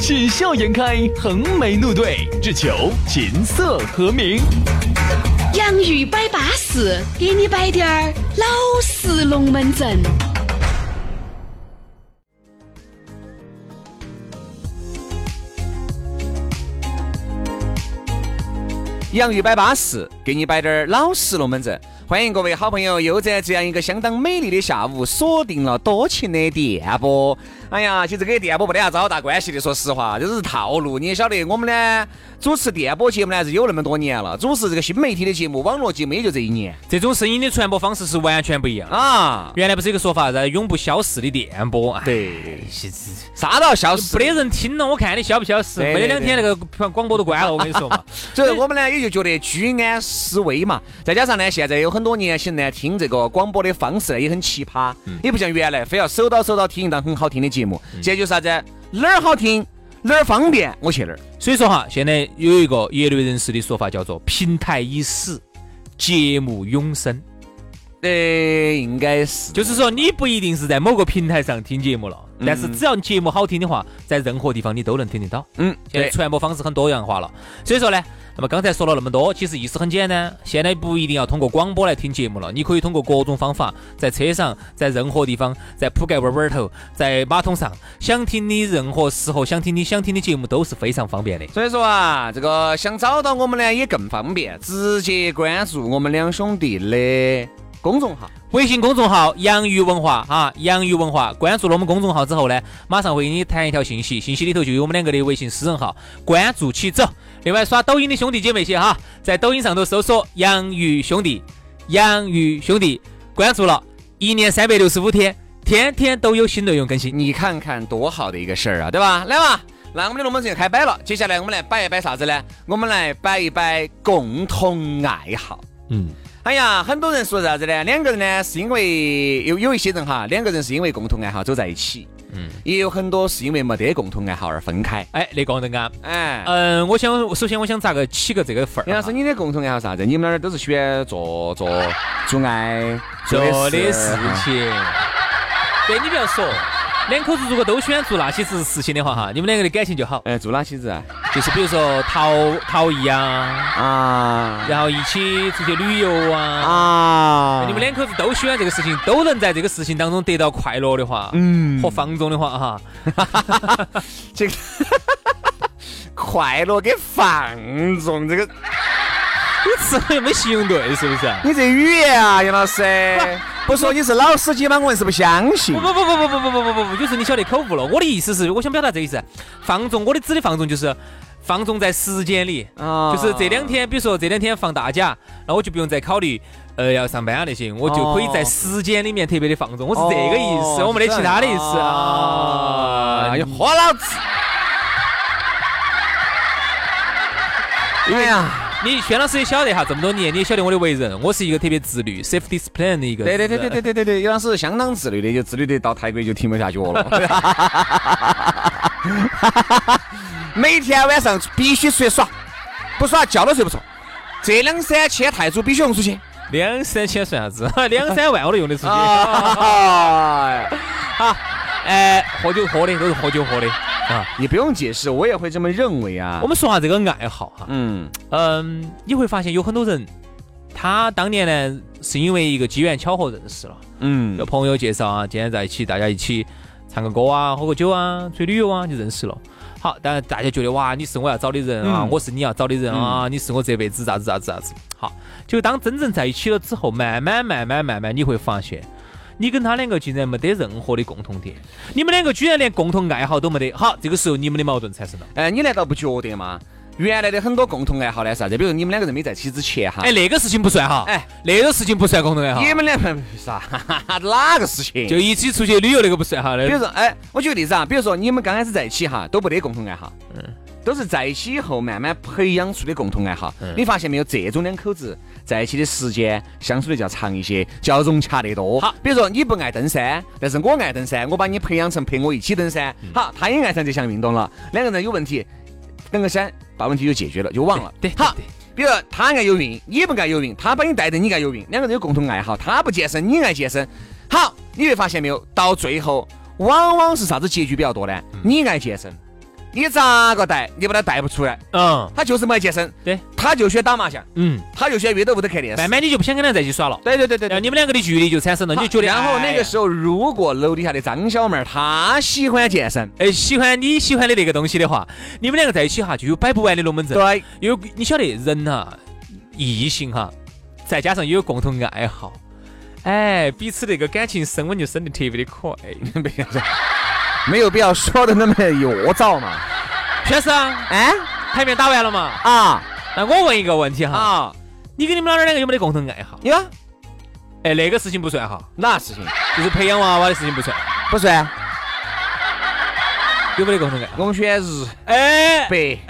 喜笑颜开，横眉怒对，只求琴瑟和鸣。洋芋摆巴士，给你摆点儿老式龙门阵。洋芋摆巴适，给你摆点儿老实龙门阵。欢迎各位好朋友又在这样一个相当美丽的下午锁定了多情的电波。哎呀，其实跟电波没得啥子好大关系的，说实话，这只是套路。你也晓得，我们呢主持电波节目呢是有那么多年了，主持这个新媒体的节目、网络节目也就这一年这种声音的传播方式是完全不一样的。啊。原来不是有个说法，啥永不消逝的电波，哎，对，啥都要消失不得。人听了，我看你消不消失？对没得两天那个广播都关了，我跟你 说嘛。所以我们呢也就觉得居安思危嘛，再加上呢，现在有很多年轻人呢听这个广播的方式呢也很奇葩，也不像原来非要手到手到听一档很好听的节目，现在就是啥子哪儿好听哪儿方便我去哪儿。所以说哈，现在有一个业内人士的说法叫做“平台已死，节目永生呃，应该是”，就是说你不一定是在某个平台上听节目了，但是只要节目好听的话，在任何地方你都能听得到。嗯，现在对，传播方式很多元化了，所以说呢，那么刚才说了那么多，其实意思很简单，现在不一定要通过广播来听节目了，你可以通过各种方法，在车上，在任何地方，在铺盖窝窝儿头，在马桶上，想听你任何时候想听你想听的节目都是非常方便的。所以说啊，这个想找到我们呢也更方便，直接关注我们两兄弟的公众号。微信公众号“洋芋文化”啊，洋芋文化，关注了我们公众号之后呢，马上会给你弹一条信息，信息里头就有我们两个的微信私人号，关注起走。另外，刷抖音的兄弟姐妹些哈，在抖音上头搜索“洋芋兄弟”，洋芋兄弟，关注了，一年三百六十五天，天天都有新内容更新。你看看多好的一个事儿啊，对吧？来嘛，那我们的龙门阵就开摆了。接下来我们来摆一摆啥子呢？我们来摆一摆共同爱好。嗯，哎呀，很多人说啥子呢？两个人呢是因为有有一些人哈，两个人是因为共同爱好走在一起。嗯嗯，也有很多是因为没得共同爱好而分开。哎，那个人啊，哎，嗯、我想首先我想咋个起个这个份儿啊杨哈？老师，你的共同爱好啥子？你们那儿都是喜欢做做做爱做的事事情。啊对，你不要说，两口子如果都喜欢做那些事事情的话，哈，你们两个的感情就好。哎，做哪些子啊？就是比如说逃逃逸啊，啊然后一起出去旅游啊。啊你们两口子都喜欢这个事情，都能在这个事情当中得到快乐的话，嗯和放纵的话，哈，这个快乐跟放纵，这个你词汇没形容对，是不是？你这语言啊，杨老师，不说你是老司机吗？我还是不相信不。不不不不不不不不不，就是你晓得口误了。我的意思是，我想表达这意思，放纵，我的指的放纵就是放纵在时间里，啊就是这两天，比如说这两天放大假，那我就不用再考虑呃要上班啊那些，我就可以在时间里面特别的放纵，我是这个意思，哦我没得其他的意思啊！啊哎。呀豁老子！哎呀，你轩老师也晓得哈，这么多年你也晓得我的为人，我是一个特别自律、self discipline 的一个。对对对对。对对对对，杨老师相当自律的，就自律的到泰国就停不下脚了。每天晚上必须出去耍，不耍觉都睡不着。这两三千泰铢必须用出去。两三千算啥子？两三万我都用得出去。啊！哎，喝酒喝的都是喝酒喝的啊。你不用解释，我也会这么认为啊我。们说下这个爱好哈，嗯，嗯，你会发现有很多人，他当年呢是因为一个机缘巧合认识了。嗯有，朋友介绍啊，今天在一起，大家一起唱个歌啊，喝个酒啊，出去旅游啊，就认识了。好，当然大家觉得哇，你是我要找的人啊，嗯我是你要找的人啊，你是我这辈子咋子咋子咋子。好，就当真正在一起了之后，慢慢慢慢慢慢，你会发现。你跟他两个竟然没得任何的共同点，你们两个居然连共同爱好都没得，好，这个时候你们的矛盾产生了。哎，你难道不觉得吗？原来的很多共同爱好呢，啥子，比如你们两个人没在一起之前哈，哎，那个事情不算哈，哎哎，那个事情不算共同爱好，你们两个啥 哪个事情？就一起出去旅游那个不算哈，那比个如说，哎，我举个例子啊，比如说你们刚开始在一起哈，都不得共同爱好，嗯，都是在一起以后慢慢培养出的共同爱好。嗯你发现没有？这种两口子在一起的时间相处的较长一些，较融洽得多。好比如说你不爱登山，但是我爱登山，我把你培养成陪我一起登山。嗯好，他也爱上这项运动了，两个人有问题，登个山把问题就解决了，就忘了。对对好对。比如他爱游泳，你不爱游泳，他把你带着你爱游泳，两个人有共同爱好，他不健身，你爱健身。好，你会发现没有，到最后往往是啥子结局比较多呢？你爱健身，你咋个带，你把他带不出来，嗯他就是不爱健身，对，他就喜欢打麻将，嗯，他就喜欢约到屋头看电视。慢慢你就不想跟他在一起耍了，对对对对然后你们两个的距离就产生了，你就觉得哎然后那个是。时候，如果楼底下的张小妹儿她喜欢健身，哎，喜欢你喜欢的那个东西的话，你们两个在一起哈，就有摆不完的龙门阵。对，有你晓得人哈、异性哈、再加上有共同爱好，哎，彼此那个感情升温就升得特别的 快。没有没有必要说的那么恶躁嘛。薛生，哎啊牌面打完了嘛？啊那我问一个问题哈，啊，你跟你们老二两个有没得共同爱好？呀，哎，那个事情不算哈，那事情就是培养娃娃的事情不算，不啊算。有没得共同爱好？我们选日哎， 北，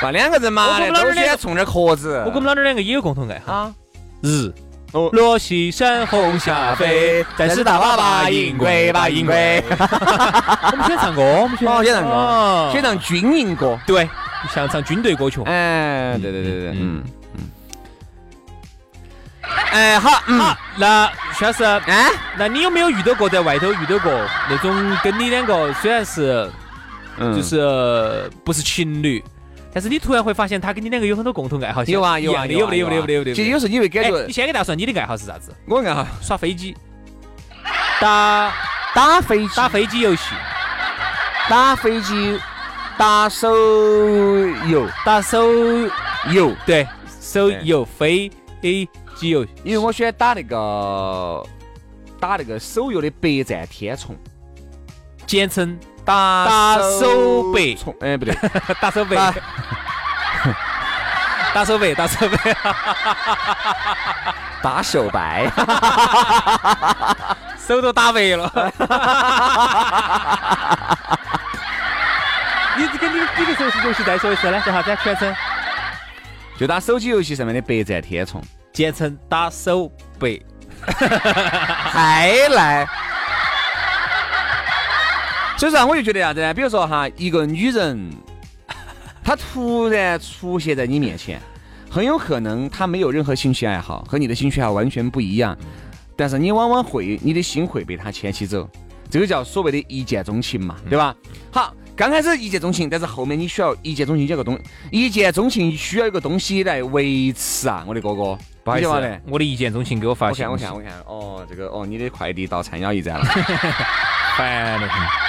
把两个人嘛，我跟我们老都二两个选冲点壳子。我跟我们老二两个也有共同爱好，啊，日。哦落西山红霞 飞，战士大粑粑银龟把银龟。 我们先唱歌，我们先哦先唱歌歌选唱军营歌。对，像唱军队歌曲。哎，对对对对，嗯嗯嗯。哎，好，嗯，啊那薛老师，哎，那你有没有遇到过在外头遇到过那种跟你两个虽然是就就是不是情侣，但是你突然会发现他跟你两个有很多共同爱好，有啊有啊一样的有不得有不得有不得有不得有不其得。实有时候你会感哎，觉你，先给大家说你的爱好是啥子？我爱好耍飞机， 打打飞机，打飞机游戏，打飞机，打手游打手游，对手对游飞机游戏。因为我喜欢打那个打那个手游的百战天虫，简称打打手背虫，哎不对，打手背，打 打手背，打手背。 打手白， 手都打白了。你这个你你个游戏游戏再说一次呢？叫啥子？全称？就打手机游戏上面的百战天虫，简称打手背。还来。 所以说啊，我就觉得啥子呢？比如说哈，一个女人，她突然出现在你面前，很有可能她没有任何兴趣爱好，和你的兴趣爱好完全不一样，但是你往往会，你的心会被她牵起走，这个叫所谓的一见钟情嘛，对吧？好，刚开始一见钟情，但是后面你需要一见钟情这个东，一见钟情需要一个东西来维持啊，我的哥哥，你晓得吧嘞我的一见钟情给我发我信看，息我看，我看，哦，这个哦，你的快递到菜鸟驿站了。烦得很。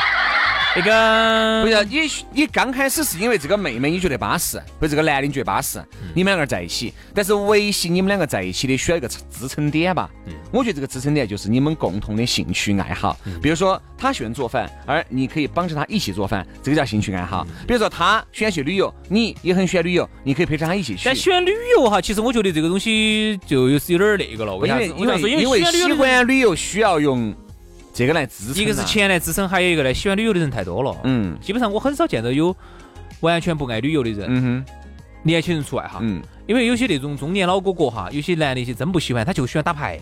那个 不是你，你刚开始是因为这个妹妹你觉得巴适，或者这个男的你觉得巴适，你们两个在一起。但是维系你们两个在一起的需要一个支撑点吧。我觉得这个支撑点就是你们共同的兴趣爱好。比如说他喜欢做饭，而你可以帮着他一起做饭，这个叫兴趣爱好。比如说他喜欢去旅游，你也很喜欢旅游，你可以陪着他一起去但。喜欢旅游哈，其实我觉得这个东西就有是有点儿那个了。为因啥为子？因为因因为为喜欢旅游的喜人，欢旅游需要用这个来支撑啊。一个是钱来支撑，还有一个呢，喜欢旅游的人太多了。嗯基本上我很少见到有完全不爱旅游的人，嗯年轻人除外哈哼。嗯，因为有些那种中年老哥哥哈，有些男的些真不喜欢，他就喜欢打牌，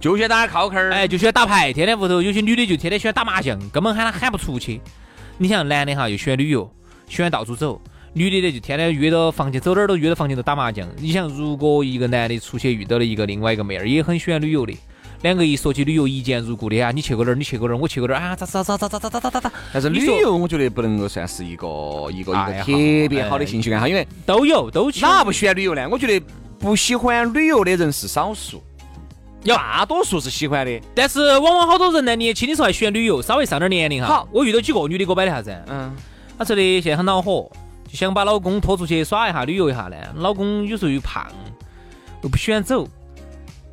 就选打靠坑儿。哎，就喜欢打牌，天天屋头。有些女的就天天喜欢打麻将，根本喊他喊不出去。你想男的哈，又喜欢旅游，喜欢到处走；女的呢，就天天约到房间，走哪儿都约到房间头打麻将。你想，如果一个男的出去遇到了一个另外一个妹儿，也很喜欢旅游的。两个一说起旅游，一见如故的啊，你去过哪儿？你去过哪儿？我去过哪儿啊？咋咋咋咋咋咋咋咋咋咋，但是你旅说游，我觉得不能够算是一个一个一哎个呀特别好的兴趣爱好，因为都有都去。哪不喜欢旅游呢？我觉得不喜欢旅游的人是少数，有大多数是喜欢的。但是往往好多人呢，年轻的时候还喜欢旅游，稍微上点儿年龄哈。好，我遇到几个女的给我摆的啥子？嗯，她说的现在很恼火，就想把老公拖出去耍一下、旅游一下呢。老公有时候又胖，又不喜欢走，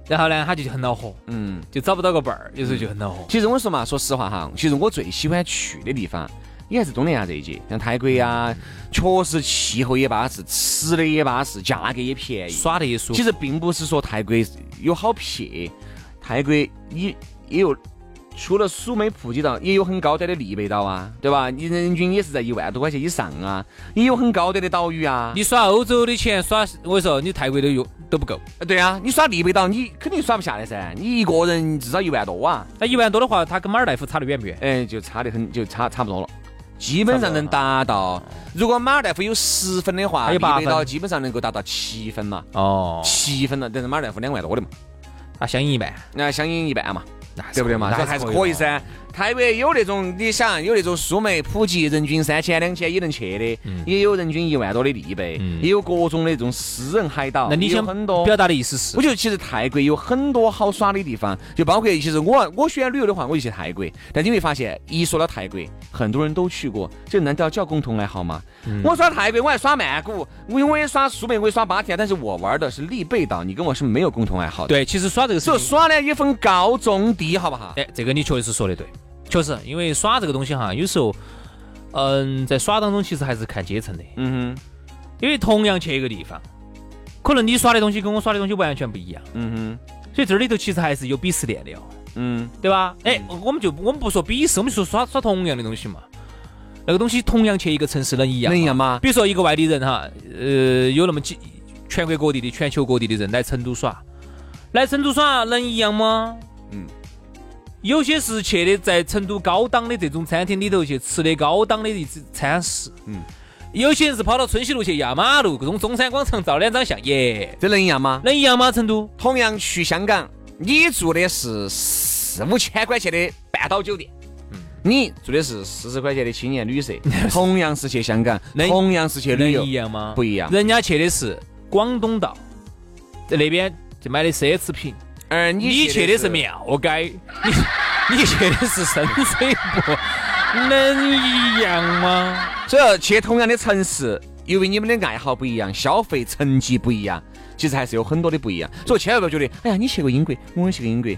然后呢，她就很恼火，嗯，就找不到个伴儿，有时候就很恼火。其实我说嘛，说实话哈，其实我最喜欢去的地方也还是东南亚这一节，像泰国呀、确实气候也巴适，吃的也巴适，价格也便宜。耍得也舒服其，实并不是说泰国有好撇，泰国也也有除了苏梅普及岛，也有很高端的丽贝岛啊，对吧？你人均也是在一万多块钱以上啊，也有很高端的岛屿啊。你耍欧洲的钱耍，我跟你说，你泰国都用都不够。呃对啊，你耍丽贝岛，你肯定耍不下来噻，你一个人至少一万多啊，那一万多的话，它跟马尔代夫差得远不远？哎，就差得很，就差差不多了。基本上能达到，如果马尔代夫有十分的话，还有丽八贝岛分基本上能够达到七分嘛，哦，七分了，但是马尔代夫两万多的嘛，那相应一半，那相应一半嘛。那还是对不对嘛？那这还是可以。噻。台北有那种，你想有那种苏梅普及，人均三千、两千也能去的，也有人均一万多的丽贝，嗯也有各种的这种私人海岛，那你也有想很多。表达的意思是我，觉得其实泰国有很多好耍的地方，就包括其实我我喜欢旅游的话，我就去泰国。但你会发现，一说到泰国，很多人都去过，这难道叫共同爱好吗？我耍泰国，我还耍曼谷，我我也耍苏梅，我也耍芭提雅，但是我玩的是丽贝岛，你跟我是没有共同爱好的。对，其实耍这个事所以情，耍呢也分高中低，好不好？哎，这个你确实说的对，确实，因为耍这个东西哈，有时候，嗯，在耍当中其实还是看阶层的，嗯因为同样去一个地方，可能你耍的东西跟我耍的东西完全不一样，哼，嗯哼。所以这里头其实还是有鄙视链的哦。嗯，对吧？哎，我们就我们不说鄙视，我们就说耍耍同样的东西嘛。那个东西同样去一个城市能一样能吗？一样吗？啊比如说一个外地人哈，呃，有那么几全国各地的、全球各地的人来成都耍，来成都耍能一样吗？嗯，有些是去的在成都高档的这种餐厅里头去吃的高档的一次餐食，嗯，有些人是跑到春熙路去压马路，各种中山广场照两张相，耶，这能一样吗？能一样吗？成都？同样去香港，你住的是四五千块钱的半岛酒店。嗯你住的是四十块钱的青年 旅社，同样是去香港，能同样是去旅游能一，样吗？不一样人家去的是广东道，在那边就买的奢侈品，而你你去的是庙街，你你去的是深水埗，能一样吗？所以去同样的城市，由于你们的爱好不一样，消费层级不一样，其实还是有很多的不一样。所以千万不要觉得，哎呀，你去过英国，我也去过英国。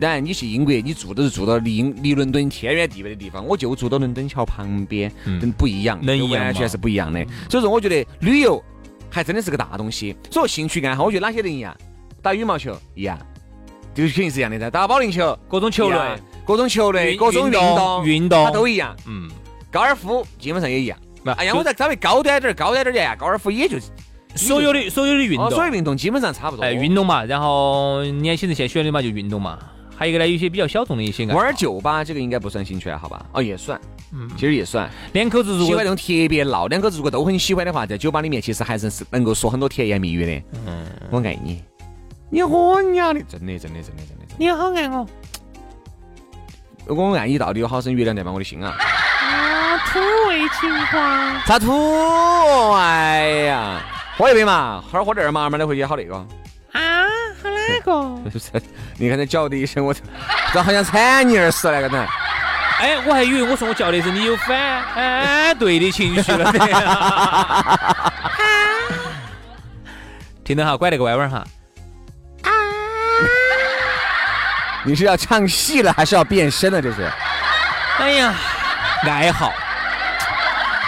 当然，你去英国，你住都是住到离英离伦敦天远地远的地方，我就住到伦敦桥旁边，嗯，不一样，能一样吗完全是不一样的。所以说，我觉得旅游还真的是个大东西。所以兴趣爱好，我觉得哪些人一样？打羽毛球一样，这个肯定是一样的噻。打保龄球，各种球一类样，各种球类，运各种运动，运动它都一样。嗯，高尔夫基本上也一样。那哎呀，就我再稍微高端点儿，高端点儿呀，高尔夫也就是所有的所有的运哦所动，有运动基本上差不多。哎，运动嘛，然后年轻人现在选的嘛就运动嘛，还有一个呢，有一些比较小众的一些啊爱好玩儿酒吧这个应该不算兴趣爱好吧？哦，也算，嗯其实也算。两口子如喜欢果那种特别闹，两个如果都很喜欢的话，在酒吧里面其实还是是能够说很多甜言蜜语的。嗯，我爱你，你好呀的，真的真的真的真的真你好爱我，的。我爱你到底有好深，月亮代表我的心啊！啊花，咋吐？哎呀，喝一杯嘛，喝点喝点儿嘛，慢慢的回去好那个。 啊，好哪个？你看这叫的一声，我这好像惨泥儿似的那个人。哎，我还以为我说我叫的是你有反哎对的情绪了呢。 听到哈，拐了个弯弯哈，你是要唱戏了，还是要变身了？这是哎呀，爱好，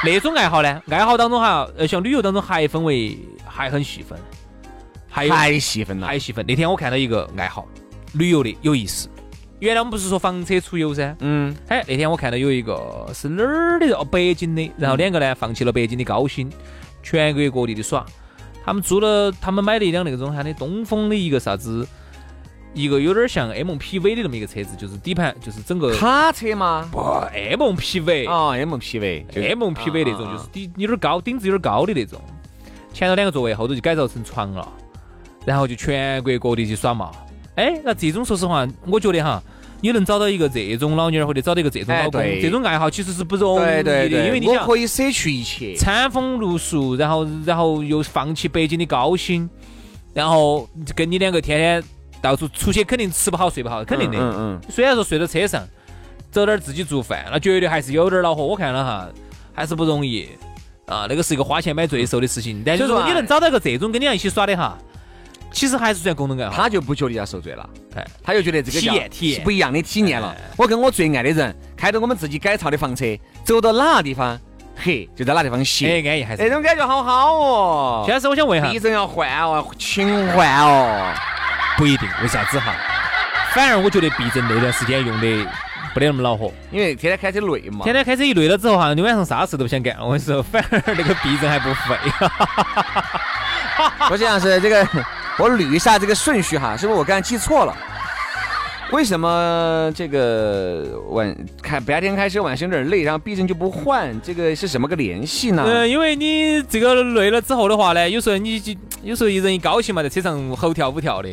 那种爱好呢？爱好当中哈，呃，像旅游当中还分为还很细分，还有太细分了还。细分。那天我看到一个爱好，旅游的有意思。原来我们不是说房车出游噻？嗯，哎，那天我看到有一个是哪儿的人？哦，北京的。然后两个呢，放弃了北京的高薪，全国各地的耍。他们租了，他们买了一辆那种喊的东风的一个啥子，一个有点像 MPV 的那么一个车子，就是底盘就是整个卡车吗？ MPV 哦，MPV，就 MPV 那种，啊就是底有点高，顶子有点高的那种。前头两个座位，后头就改造成床了，然后就全国各地去耍嘛。哎，那这种说实话，我觉得哈，你能找到一个这种老妞儿或者找到一个这种哎老公，对这种爱好其实是不容易的，对对对，因为你我想可以舍去一切。餐风露宿，然后然后又放弃北京的高薪，然后跟你两个天天到处出去，肯定吃不好睡不好，肯定的。嗯嗯，虽然说睡到车上，走点儿自己做饭，那绝对还是有点儿恼火。我看了哈，还是不容易啊。那个是一个花钱买罪受的事情，但是所以说说啊你能找到一个这种跟你一起耍的哈，其实还是算共同爱好。他就不觉得要受罪了哎，他就觉得这个体叫验体是验哎不一样的体验了。我跟我最爱的人开着我们自己改造的房车，走到哪个地方，嘿，就在哪个地方哎歇，，安逸还那是。种感觉好好哦现。在是我想问一地下，震要换哦，勤换哦。不一定，为啥子哈？反而我觉得避震那段时间用的不得那么恼火。因为天天开车累嘛。天天开车一累了之后哈，你晚上啥事都不想干，我跟你说，反而那个避震还不废。我想是这个， 我捋一下这个顺序哈，是不是我刚才记错了？为什么这个晚开白天开车晚上有点累，然后避震就不换，这个是什么个联系呢？嗯，因为你这个累了之后的话呢，有时候你就有时候一人一高兴嘛，在车上吼跳舞跳的，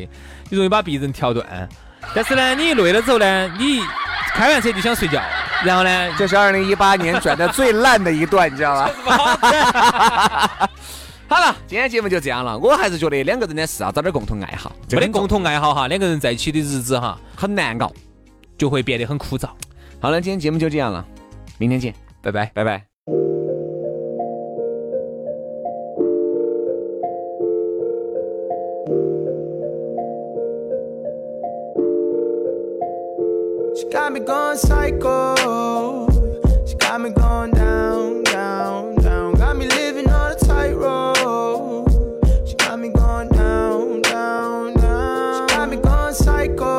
就容易把避震跳断。但是呢，你一累了之后呢，你开完车就想睡觉，然后呢， 这是二零一八年转的最烂的一段，你知道 吧？ 好了，今天节目就这样了。我还是觉得两个人的事啊，找点共同爱好，没得共同同爱好哈，两个人在一起的日子哈，很难搞。就会变得很枯燥。好了，今天节目就这样了，明天见，拜拜。拜拜。 She got me going psycho. She got me going down, down, down. Got me living on a tightrope. She got me going down, down, down. She got me going psycho.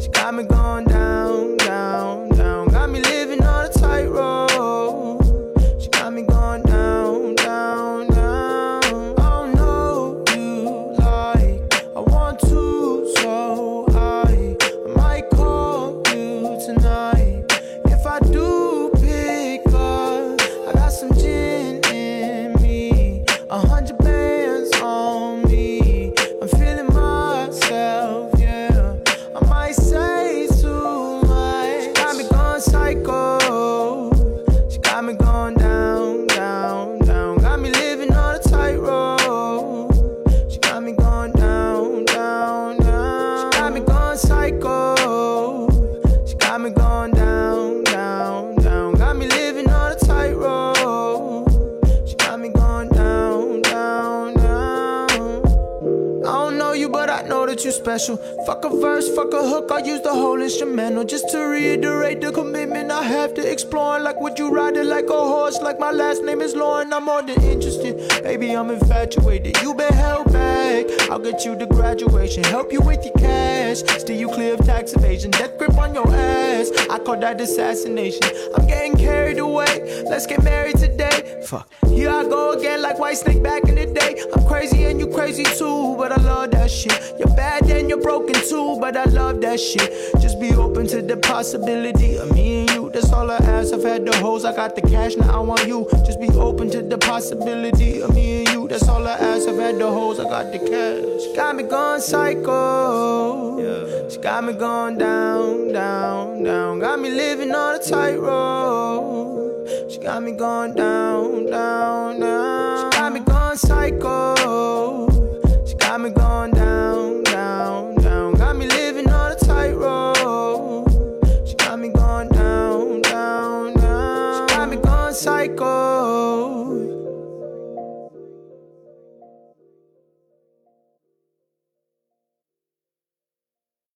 She got me going down, down, down. Got me living on a tightrope. She got me going down, down, down. I don't know you like. I want to, so I, I might call you tonight. If I do pick up, I got some gin in me, a hundred bands on me. I'm feeling myself, yeah. I might say too much. She got me going psycho. She got me going down, down, down. Got me living on a tightrope. She got me going down, down, down. She got me going psycho. She got me going down, down, down. Got me living on a tightrope. She got me going down, down, down. I don't know you, but I know that you special. Fuck a verse, fuck a hook, I use the whole instrumental. Just to reiterate the commitment I have to exploring. Like, would you ride it like a horse? Like, my last name is Lauren, I'm more than interested. Baby, I'm infatuated. you been held back. I'll get you to graduation, help you with your cash. Steer you clear of tax evasion, death grip on your ass. I call that assassination. I'm getting carried away, let's get married today. Fuck, here I go again, like White Snake back in the day. I'm crazy and you crazy too, but I love that shit. You're bad and you're broken too, but I love that shit. Just be open to the possibility of me and you. That's all I ask. I've had the hoes, I got the cash, now I want you. Just be open to the possibility of me and you. That's all I ask. I've had the hoes, I got the cash. She got me going psycho. She got me going down, down, down. Got me living on a tightrope. She got me going down, down, down. She got me going psycho. She got me going down.